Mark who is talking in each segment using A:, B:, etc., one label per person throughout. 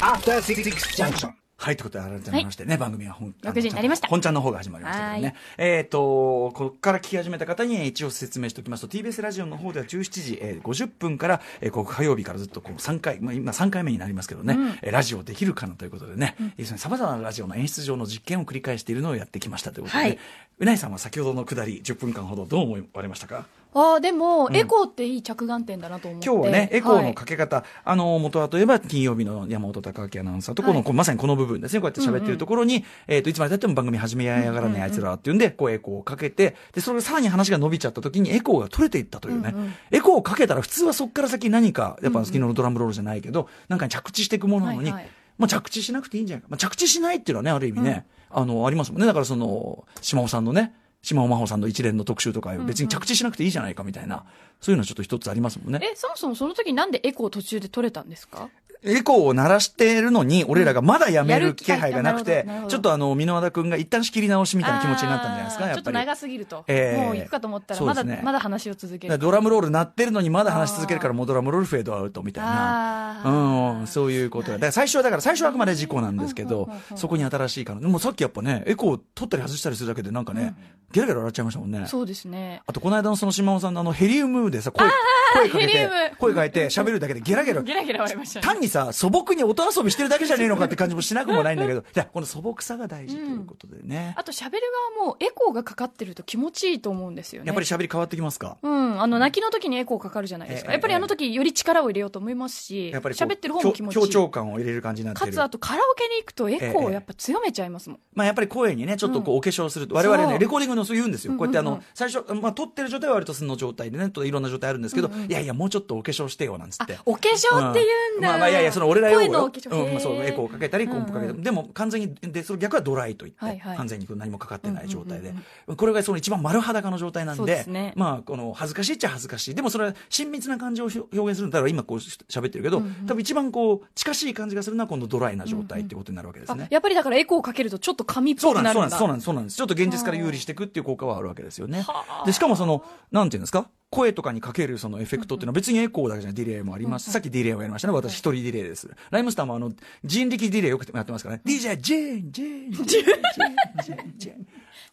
A: アフターシックスジャンクション。
B: はい、ということで、改めましてね、番組は本、あの
C: 6時になりました
B: 本ちゃんの方が始まりましたけど
C: は
B: ね。えっ、と、ここから聞き始めた方に一応説明しておきますと、TBS ラジオの方では17時、えー、50分から、えー、こう火曜日からずっとこう3回、まあ今3回目になりますけどね、えーラジオできるかなということでね、要するに様々なラジオの演出上の実験を繰り返しているのをやってきましたということで、
C: はいう
B: ないさんは先ほどのくだり、10分間ほどどう思われましたか
C: ああ、でも、エコーっていい着眼点だなと思って。
B: 今日はね、エコー
C: は
B: の
C: い
B: かけ方、あの、元はといえば、金曜日の山本隆明アナウンサーと、この、
C: はい
B: こうまさにこの部分ですね、こうやって喋ってるところに、えっ、と、いつまで経っても番組始めやがらね、あいつらはっていうんで、こうエコーをかけて、で、それがさらに話が伸びちゃった時にエコーが取れていったというね、エコーをかけたら普通はそっから先何か、やっぱ昨日のドラムロールじゃないけど、なんかに着地していくものなのに、
C: はいはい
B: まあ、着地しなくていいんじゃないか。まあ、着地しないっていうのはね、ある意味ね、あの、ありますもんね。だからその、島尾さんのね、島尾真帆さんの一連の特集とか、別に着地しなくていいじゃないかみたいな、そういうのちょっと一つありますもんね。
C: え、そもそもその時なんでエコー途中で取れたんですか
B: エコーを鳴らしているのに、俺らがまだやめ
C: や
B: る
C: る気
B: 気配がなく
C: なる
B: て
C: ほどなるほ、ど
B: ちょっとあの、箕輪田くんが一旦仕切り直しみたいな気持ちになったんじゃないですか、
C: あー
B: や
C: ちょ
B: っ
C: っ
B: ぱ
C: と
B: り。
C: 長すぎると。
B: えー
C: もう行くかと思ったら、
B: そう
C: ま
B: です
C: だ、
B: ね
C: まだ話を続け
B: だから
C: る。
B: ドラムロール鳴ってるのにまだ話し続けるからもうドラムロールフェードアウトみたい
C: あ
B: な。
C: ー
B: うん、そういうことだ。だから最初は、だから最初はあくまで事故なんですけど、そこに新しいから。でもさっきやっぱね、エコー取ったり外したりするだけでなんかね、ゲラゲラ笑っちゃいましたもんね。
C: そうですね。
B: あと、この間のその島尾さんのあの、ヘリウムでさ、声、声かけ
C: ヘリ
B: て
C: ウム、
B: 声かけて喋るだけでゲラゲラ
C: ゲラゲラ笑いましたね。
B: 単にさ、素朴に音遊びしてるだけじゃねえのかって感じもしなくもないんだけ ど、いや、この素朴さが大事ということでね。
C: あと喋る側もエコーがかかってると気持ちいいと思うんですよね。
B: やっぱり喋り変わってきますか
C: うん、あの泣きの時にエコーかかるじゃないですか、
B: ええ
C: やっぱりあの時より力を入れようと思いますし、
B: やっぱりこう
C: 喋ってる方も気持ちいい
B: 表情感を入れる感じになって
C: か
B: る。
C: つあとカラオケに行くとエコーをやっぱ強めちゃいますもん、
B: まあやっぱり声にね、ちょっとこうお化粧すると、我々
C: そ
B: ね、
C: う
B: レコーディングのそう言うんですよ。こうやってあ
C: うんう
B: の
C: ん、
B: 最初、まあ撮ってる状態は割と素の状態でね、といろんな状態あるんですけど、いやいや、もうちょっとお化粧してよ、なんつっ
C: あ
B: て。
C: お化粧って言うんだ、
B: まあまあいやいや、その俺ら用語
C: 声のお
B: よ
C: 化粧、
B: うんまあ、そうエコーをかけたり、コンプかけたり、
C: うん
B: でも完全に、で、その逆はドライといって、
C: はいはい
B: 完全にこう何もかかってない状態で、
C: うんうん
B: これがその一番丸裸の状態なんで、
C: そうですね
B: まあ、この恥ずかしいっちゃ恥ずかしい。でもそれは親密な感じを表現するんだから、今こう喋ってるけど、多分一番こう、近しい感じがするのは、このドライな状態ってことになるわけですね。
C: あやっぱりだからエコーかけるとちょっと紙っ
B: そ
C: ぽ
B: うな
C: く
B: んで
C: な
B: す、そう
C: る
B: なん
C: ん
B: で
C: だ
B: す、そうなんです、そうなんです。ちょっと現実から有利していくっていう効果はあるわけですよね
C: は。あ
B: で、しかもその、なんていうんですか声とかにかけるそのエフェクトっていうのは別にエコーだけじゃない、ディレイもあります。さっきディレイをやりましたね。私一人ディレイです。ライムスターもあの、人力ディレイよくやってますからね。DJ、ジェーン、ジェーン、ジェーン、ジェーン、ジェーン、ジェーン。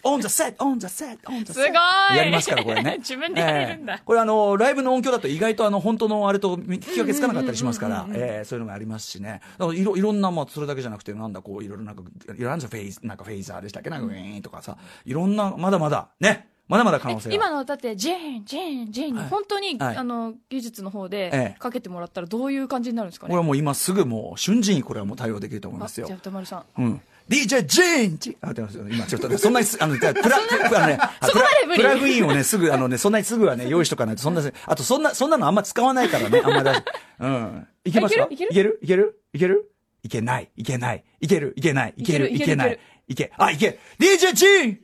B: オンザセット、オンザセット、オンザセット。
C: すごい
B: やりますから、これね。
C: 自分でやれるん
B: え
C: だ
B: えこれあの、ライブの音響だと意外とあの、本当のあれと聞き分けつかなかったりしますから、ええそういうのがありますしね。だからいろ、いろんな、まあ、それだけじゃなくて、なんだ、こう、いろいろなんか、いろんなフェイズ、なんかフェイザーでしたっけなんか、ウィーンとかさ、いろんな、まだまだ、ね、まだまだ可能性が。
C: 今のだってジェーンジェーンジェーンに
B: はい
C: 本当に、
B: はい
C: あの技術の方
B: え
C: で
B: え
C: かけてもらったらどういう感じになるんですか
B: これ
C: ね、
B: はもう今すぐもう、瞬時にこれはもう対応できると思い
C: あ
B: ます
C: じ
B: よ
C: ゃあ。歌丸さん
B: うん。DJ ジェーンジあ、でも今ちょっとね、そんなにす、あの、じゃあプラ、プラ、あのね、あ
C: そこまで無理
B: プラプラグインをね、すぐ、あのね、そんなにすぐはね、用意しとかないと、そんな、あとそんな、そんなのあんま使わないからね、あんまだ、うん。いけますか
C: いける
B: いけるいけるいけるいけない、いけない、いける、いけない、いける、い
C: いける
B: けないい
C: け
B: い
C: る、
B: け、あ、いけ、DJ ジェーン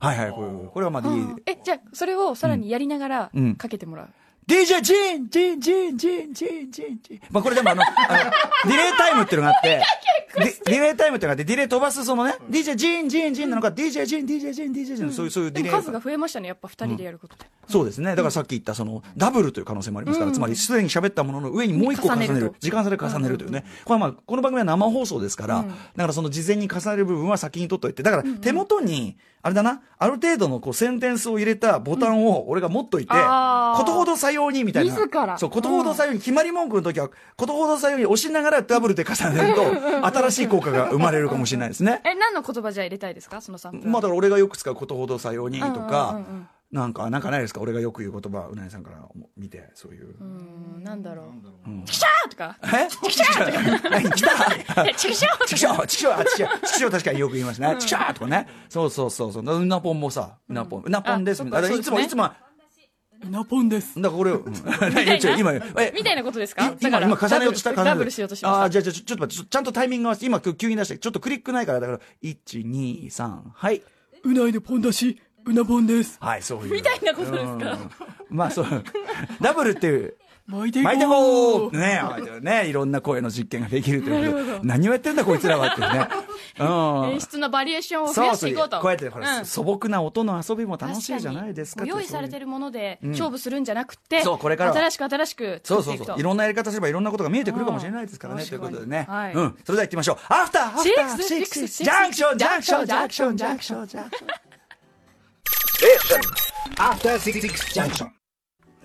B: はいはい、これこれはまあ、D-
C: えじゃあそれをさらにやりながら
B: うん
C: かけてもらう、
B: DJ ジェーン、ジェーン、ジェーン、ジェーン、ジェーン、ジェーン、ジェーン。まあこれでもあの、あのディレイタイムっていうのがあっ て、ディディレイタイムっていうのがあって、ディレイ飛ばすそのね、DJ ジェーン、ジェーン、ジェーンなのか、DJ ジェーン、DJ ジェーン、DJ ジェーン、そういう、そういうデ
C: で
B: ィレ
C: も
B: イ。
C: 数が増えましたねやっぱ二人でやることで、
B: そうですね。だからさっき言った、その、ダブルという可能性もありますから、つまり、すでに喋ったものの上にもう一個重ねる。
C: 重ねると
B: 時間差で重ねるというね。これはまあ、この番組は生放送ですから、だからその事前に重ねる部分は先に取っといて、だから手元に、あれだな、ある程度のこう、センテンスを入れたボタンを俺が持っといて、
C: あー
B: ことほどさようにみたいな。
C: 自ら
B: そう、ことほどさように、決まり文句の時は、ことほどさように押しながらダブルで重ねると、新しい効果が生まれるかもしれないですね。
C: え何の言葉じゃあ入れたいですかその3分
B: まあだから俺がよく使うことほどさようにと
C: うん
B: か
C: うんうんうん、
B: なんか、なんかないですか俺がよく言う言葉、うなぎさんから見て、そういう。
C: うんなんだろう。きしゃー とか。
B: えちくしょう何来た
C: えちくしょー
B: ちくしょうちくしょうあちくしょうちくしょう確かによく言いますね。ちくしょうとかね。そうそうそうそう。うなぽんもさ、うなぽん。うなぽんです。
C: あ
B: あ
C: そっか
B: だからいつも、
C: そう
B: い
C: で
B: つ
C: すね
B: も、うなぽんです。だからこれを、うん ちょ今、え
C: みたいなことです
B: い
C: かだ
B: 今、
C: から
B: 今重ねようとした
C: ダ
B: 重ね
C: ブルダブルしようとしました。
B: あーじゃあ、じゃあ、ちょちょっと待って、ちょちゃんとタイミング合わせて、今急に出して、ちょっとクリックないから、だから、1、2、3、はい。
D: うないのポンだし、うなぼんです。
B: はい、そういう。
C: みたいなことですか
B: うんまあ、そう。ダブルっていう、
C: 巻いてい
B: 巻いて
C: こ
B: こ
C: う
B: うねねいろんな声の実験ができるということ
C: なる
B: で
C: ほど
B: 何をやってんだこいつらはって いうね、うん、
C: 演出のバリエーションを増
B: そ
C: や
B: う
C: して
B: そう
C: いこうと
B: こうやってほら、
C: うん
B: 素朴な音の遊びも楽しいじゃないですか
C: 確にご用意されて
B: る
C: るもので
B: ん
C: 勝負するんじゃなくて、
B: そうこれからは
C: 新しく新しく
B: そう
C: 作っ
B: そう
C: ていく
B: そ
C: と
B: ういろんなやり方すればいろんなことが見えてくるかもしれないですからね
C: うん
B: ということでね、
C: はい
B: うん、それでは行ってみましょうアフターアフターシ
C: シ
B: ッ
C: ッ
B: ク
C: ク
B: ス
C: ス
B: ジャンクションジャンクションジャンクションジャンクションジャンクション
A: After Six Junction.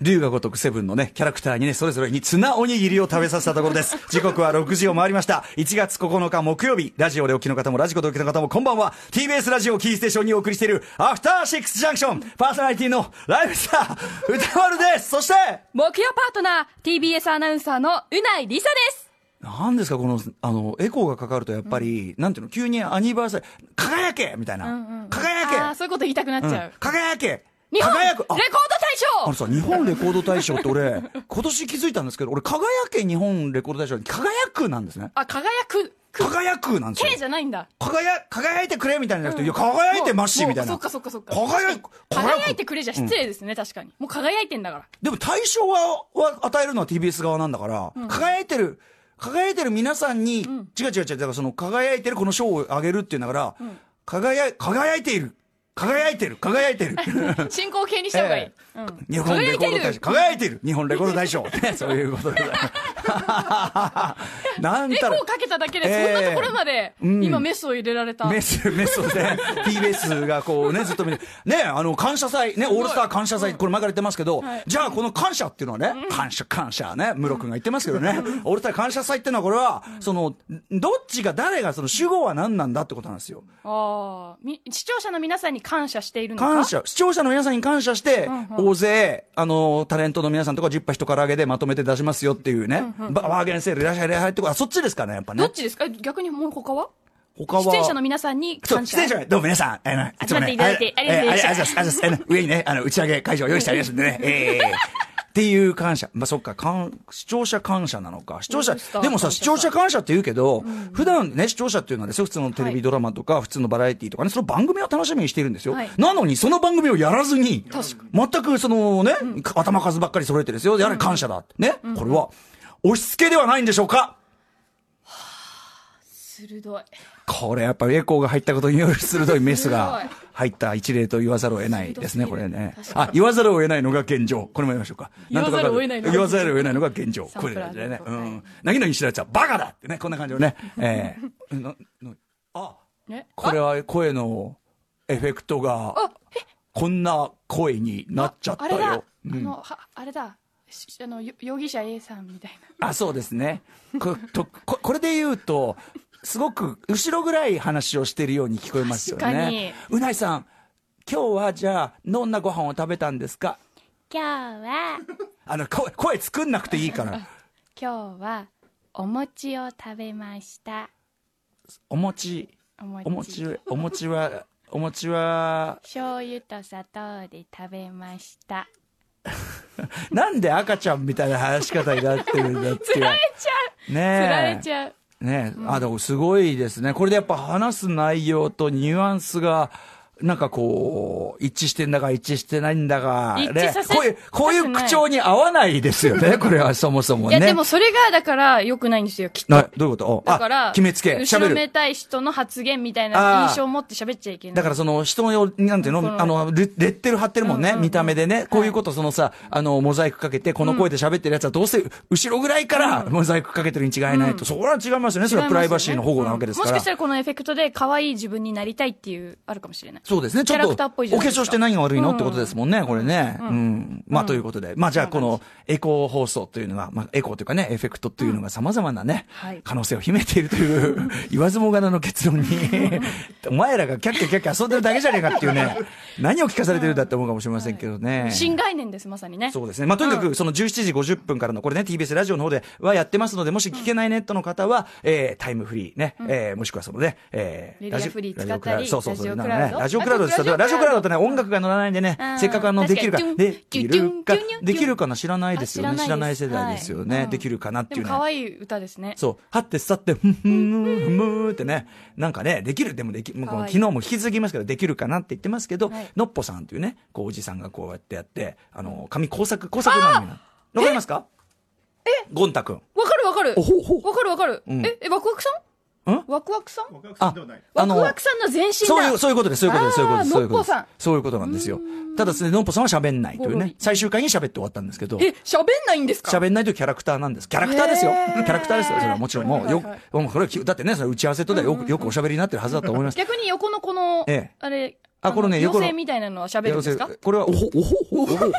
B: 龍が如くセブンのね、キャラクターにね、それぞれにツナおにぎりを食べさせたところ です。時刻は6時を回りました。1月9日木曜日、ラジオでお聞きの方もラジコでお聞きの方もこんばんは。TBS ラジオをキーステーションにお送りしている、アフターシックスジャンクション、パーソナリティのライブスター、歌丸です。そして、
C: 木曜パートナー TBS アナウンサーのうないりさです
B: なんですか、この、あの、エコーがかかるとやっぱり、なんていうの、急にアニバーサリー、輝けみたいな。輝け
C: あーそういうこと言いたくなっちゃう、
B: うん輝け
C: 日本レ
B: 輝
C: コ
B: く
C: ー
B: あ
C: ド
B: あ
C: 大賞
B: のさ、日本レコード大賞って俺、 今年気づいたんですけど、俺、輝け日本レコード大賞に輝くなんですね。
C: あ輝くく
B: 輝くなんですよ
C: K。じゃないんだ
B: 輝、輝いてくれみたいなじゃなくて、いや、輝いてましみたい
C: も
B: な
C: うもう。そっかそっかそっか
B: 輝く、
C: 輝いてくれじゃ
B: うん
C: 失礼ですね、確かにもう輝いてんだから
B: でも対象は、は与えるのは TBS 側なんだから、輝いてる、輝いてる皆さんに、違う違う違う、だからその輝いてるこの賞をあげるっていうんだから、輝い、輝いている、輝いてる、輝いてる。
C: 進行形にした方がいい、うん
B: 日本
C: 輝
B: レ
C: い
B: コ
C: て
B: ード大賞
C: る
B: 輝いてる日本レコード大 賞ねそういうことでなん
C: エ
B: た
C: コ
B: ら
C: ーかけただけで
B: ええ
C: そんなところまで
B: ん
C: 今メスを入れられた、
B: メス、メスをね、TBS がこうね、ずっと見て、ね、あの、感謝祭、ね、オールスター感謝祭、これ前から言ってますけど、じゃあこの感謝っていうのはね、感謝、感謝ね、ムロ君が言ってますけどね、オールスター感謝祭っていうのはこれは、その、どっちが誰がその主語は何なんだってことなんですよ。
C: ああみ視聴者の皆さんに感謝しているのか
B: 感謝、視聴者の皆さんに感謝して、大勢、あの、タレントの皆さんとか10杯一から揚げでまとめて出しますよっていうね、ババーゲンセール、いらっしゃい、いらっしゃいってことは、そっちですかね、やっぱ
C: ど
B: ね
C: っ。ちですかえ逆にもう他は
B: 他は。
C: 出演者の皆さんに
B: そう、
C: 感謝
B: 出演者のどうも皆さん、えー、いつもね、
C: 集まっていただいてありがとうございました
B: えーありがとうございます。ありがとうございます。えー上にね、あの、打ち上げ会場用意してありますんで ね、えーっていう感謝。まあ、そっか、かん、視聴者感謝なのか。視聴
C: オ
B: 者
C: ールスタ、ー
B: でもさ、
C: 感謝
B: 視聴者感謝って言うけど、普段ね、視聴者っていうのはね、そう普通のテレ
C: は
B: ビ
C: い
B: ドラマとか、普通のバラエティとかね、その番組を楽しみにしているんですよ。
C: はい
B: なのに、その番組をやらずに、
C: 確か
B: 全くそのね、頭数ばっかり揃えてですよ。やはり感謝だ。ね、これは、押し付けではないんでしょうか
C: 鋭い
B: これやっぱりエコーが入ったことによる鋭いメスが
C: すご
B: 入った一例と言わざるを得ないですね、こ
C: 鋭すぎ
B: れ
C: る
B: ね
C: 確。かに
B: あ、言わざるを得ないのが現状。これもやりましょうか。
C: 言わざるを得ないのが現状
B: 言わざるを得ないのが現状。
C: サン
B: こ
C: プ
B: れ
C: ラー
B: で
C: の
B: ねう
C: こ。と
B: ん。なぎのにしらちゃん、バカだってね、こんな感じのね。 えーななあ、
C: ね
B: これは声のエフェクトが、こんな声になっちゃった
C: あれだ
B: よ。、
C: あのはあれだしあのよ容疑者 A さんみたいな
B: あ、そうですね。ことここれで言うと、すごく後ろぐらい話をしてるように聞こえますよね。
C: 確かに
B: うないさん、今日はじゃあ、どんなご飯を食べたんですか
C: 今日は
B: あの、声、声作んなくていいから。
C: 今日はお餅を食べました
B: お餅、
C: お
B: お
C: 餅
B: 餅、お餅は、お餅は、
C: 醤油と砂糖で食べました
B: なんで赤ちゃんみたいな話し方になってるんだ って。つられ
C: ちゃ
B: う。
C: う
B: ねえ。
C: 釣られちゃう
B: ねえ、あ、でもすごいですね。これでやっぱ話す内容とニュアンスが、なんかこう、一致してんだか一致してないんだか、
C: 一致
B: ね
C: させ
B: こういう、こういう
C: たくない
B: 口調に合わないですよね、これはそもそも
C: い
B: ね。
C: や、でもそれがだから良くないんですよきっと
B: などういうこと
C: だから
B: あ、決めつけ、
C: 後
B: 喋
C: ろ
B: る
C: め。たい人の発言みたい
B: あ
C: な
B: ー
C: 印象を持って喋っちゃいけない
B: だからその人の、なんていう
C: この
B: の、あの、レレッテル貼ってるもんね、見た目でね。こういうこと、そのさ、あの、モザイクかけて、この声で喋ってるやつはどうせ、後ろぐらいからモザイクかけてるに違いないと。そこは違いますよね。それはプライバシーの保護なわけですか
C: もし
B: ら
C: かし。たらこのエフェクトで可愛い自分になりたいっていう、あるかもしれない。
B: そうですね。ちょっと、
C: キャラクターっぽいじゃ
B: お
C: な
B: 化
C: いですか
B: 粧して何が悪いのってことですもんね、これね。うん。まあ、ということで。まあ、じゃあ、このエコー放送というのは、まあ、エコーというかね、エフェクトというのが様々なね
C: はい、
B: 可能性を秘めていると いう、言わずもがなの結論に、お前らがキャッキャキャッキャ遊んでるだけじゃねえかっていうね、何を聞かされてるんだって思うかもしれませんけどね。
C: 新概念です、まさにね。
B: そうですね。まあ、とにかく、その17時50分からの、これね、TBS ラジオの方ではやってますので、もし聞けないネットの方は、えータイムフリーね、えーもしくはそのね、えー
C: メディアフリー
B: ラジオ
C: 使ったり
B: ラジオクラウドそうそうそう。
C: ラジ
B: なんかねラジ
C: オクラウド
B: オクラウドです。例えばラジオク
C: ラジオク
B: ラ
C: ラ
B: ウド
C: ウド
B: ってね、音楽が乗らないんでね
C: う、ん
B: せっかくあの、で
C: 確か
B: き
C: に
B: るか、できるか
C: キュンキュンキュンキュンキュ、ン
B: できるかな知らないですよね。
C: あ
B: 知
C: 知
B: らな
C: らないいです
B: 世代ですよ
C: は
B: ね。
C: い
B: できるかなって
C: で
B: いう
C: も
B: ね
C: 可愛い歌ですね。
B: そう。はってさって、ふんふん、ふむーってね。なんかね、できる、でもでき、もうこの
C: かわいい
B: 昨日も引き続きますけど、できるかなって言ってますけど、
C: はい
B: のっぽさんというね、こう、おじさんがこうやってやって、あの、髪工作、工作番組なの。わかりますかゴン太くん。
C: わかるわかる。
B: おほほ
C: わかるわかる。
B: うん
C: え、え、ワクワクさん
B: ん
C: ワクワクさん
D: ワクワクさんではない。
B: あ
C: ワク
B: の
C: ワクさんの前身だ。
B: そういう、そういうことです。そういうことです。そういうことです。
C: あ
B: そう
C: ー
B: いうことです。そういうことな
C: のっぽさん
B: んですよ。ただですね、のんぽさんは喋んないという
C: ゴロリ
B: ね。最終回に喋って終わったんですけど。
C: え、喋んないんですか
B: 喋んないというキャラクターなんです。キャラクターですよ。キ
C: へー
B: ャラクターですよ。それはもちろんもう、よ
C: はいはい
B: く、もうこれ、だってね、それ打ち合わせとでよく、よくおしゃべりになってるはずだと思います。
C: 逆に横のこの、
B: ええ
C: あれ、
B: あこれね
C: の
B: 横の
C: 妖精みたいなのは喋るんですか
B: これは、おほ、おほ、おほ、おほ。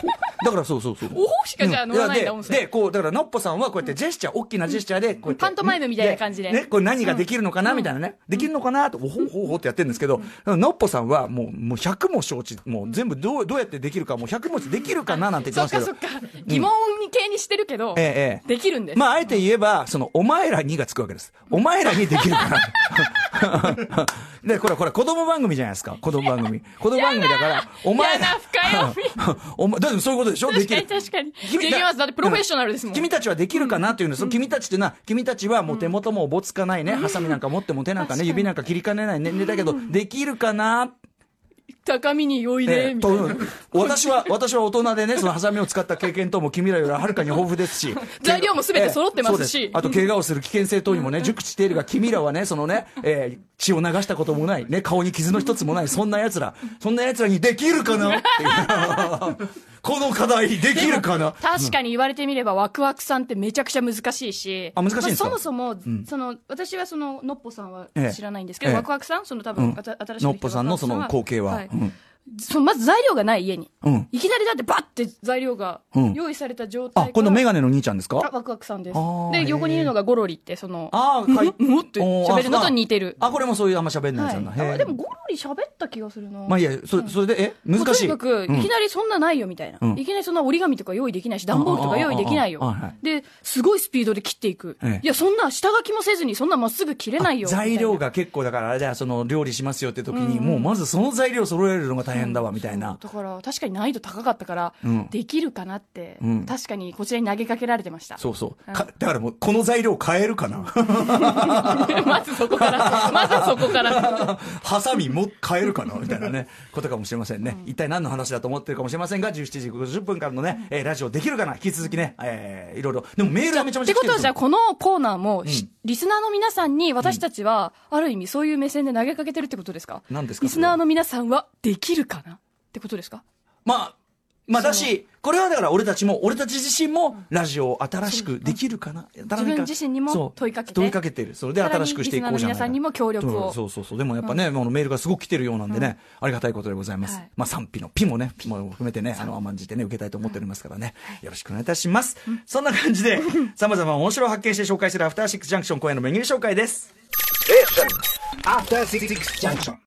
B: だからそうそうそう。
C: おほしかじゃあ乗らないんだ、
B: う
C: 音
B: ん
C: 声。
B: で、こう、だから、のっぽさんはこうやってジェスチャー、大きなジェスチャーで、こうやって。
C: パントマイムみたいな感じで
B: ね、これ何ができるのかな、みたいなね。できるのかな、と、おほほほってやってるんですけど、のっぽさんはもう、もう100も承知、もう全部どう、どうやってできるか、もう100もできるかな、なんて言
C: そ
B: っ
C: って
B: ま
C: か
B: すけ
C: そっ
B: ど。
C: か。疑問に系にしてるけど、
B: ええ、ええ。
C: できるんです。
B: まあ、あえて言えば、その、お前らにがつくわけです。お前らにできるから。 で、これ、これ、子供番組じゃないですか。子供番組。子供番組だから、お前
C: やだ、
B: ら、
C: 深読み。
B: お前、だってそういうことでしょで
C: 確
B: き
C: か
B: る
C: に。確かに。で
B: 君
C: きます。だってプロフェッショナルですもん。
B: 君たちはできるかなっていうの、その君たちってな、君たちはもう手元もおぼつかないね、ハサミなんか持っても手なんかね、指なんか切りかねない年齢だけど、できるかな
C: 高みに酔いで、みたいな。
B: と私は、私は大人でね、そのハサミを使った経験とも君らよりはるかに豊富ですし。
C: 材料も全て揃ってます
B: え
C: し
B: えそうですあと、怪我をする危険性等にもね、熟知しているが、君らはね、そのね、えー血を流したこともない、ね、顔に傷の一つもない、そんな奴ら、そんな奴らにできるかなっていう この課題、できるかな
C: 確かに言われてみれば、ワクワクさんってめちゃくちゃ難しいし、
B: あ難しいんですか
C: まあそもそも、その私はそののっぽさんは
B: ええ
C: 知らないんですけ
B: え
C: ど、
B: え
C: ワクワクさん、その多
B: う
C: 分、
B: ん
C: あた新しい
B: のっぽさんのその光景は、
C: いう
B: ん
C: そのまず材料がない家に、
B: うん
C: いきなりだってばって材料が
B: うん
C: 用意された状態
B: あ
C: が、、
B: このメガネの兄ちゃんです
C: あ
B: か
C: ワクワクさんで
B: あー
C: す。
B: へ
C: で
B: え
C: 横にいるのがゴロリってその
B: あー、はい。
C: もって喋るのと似てる。
B: あ、これもそういうあんま喋んない
C: は
B: やつ
C: い
B: なんだ。へ
C: あ
B: ー
C: でもゴロリ喋った気がするな。
B: まあいいや、そそれで、え難しい。
C: もうとにかく、いきなりそんなないよみたいな、
B: うん
C: いきなりそんな折り紙とか用意できないし、段ボールとか用意できないよ
B: ああああああは。
C: で、すごいスピードで切っていく。
B: ええ
C: いや、そんな下書きもせずに、そんなまっすぐ切れないよ。
B: 材料
C: みたいな。
B: が結構だから、あれだよその料理しますよって時に、もうまずその材料揃えるのが大変だわ、みたいな。
C: だから、確かに難易度高かったから、
B: うん
C: できるかなって、
B: うん
C: 確かにこちらに投げかけられてました。
B: そうそう。かだからもう、この材料変えるかな。
C: まずそこから、まずそこから。
B: ハサミも変えるかなみたいなね、ことかもしれませんね。一体何の話だと思ってるかもしれませんが、17時50分からのね、えーラジオできるかな引き続きね、えーいろいろ。でもメールはめちゃ
C: っ
B: めち
C: て
B: ゃ来
C: こ
B: てる
C: とは、じゃあ、このコーナーも、しリスナーの皆さんに、私たちは、ある意味、そういう目線で投げかけてるってことですか
B: 何ですか
C: リスナーの皆さんは、できるかなってことですか
B: まあ、まあだし、これはだから俺たちも、俺たち自身も、ラジオを新しくできるかな。自
C: 自分自身にも問いかけて
B: 問いかけてる。それで
C: さらに
B: 新しくしていこうじゃないか
C: リスナーの皆さんにも協力を
B: そうそうそう。でもやっぱね、もうメールがすごく来てるようなんでね、ありがたいことでございます
C: はい。
B: まあ賛否のピもね、まあ含めてね、あの、甘んじてね、受けたいと思っておりますからね。よろしくお願いいたします。そんな感じ で、様々な面白を発見して紹介するアフターシックスジャンクション公演のメニュー紹介です。
A: After Six Junction.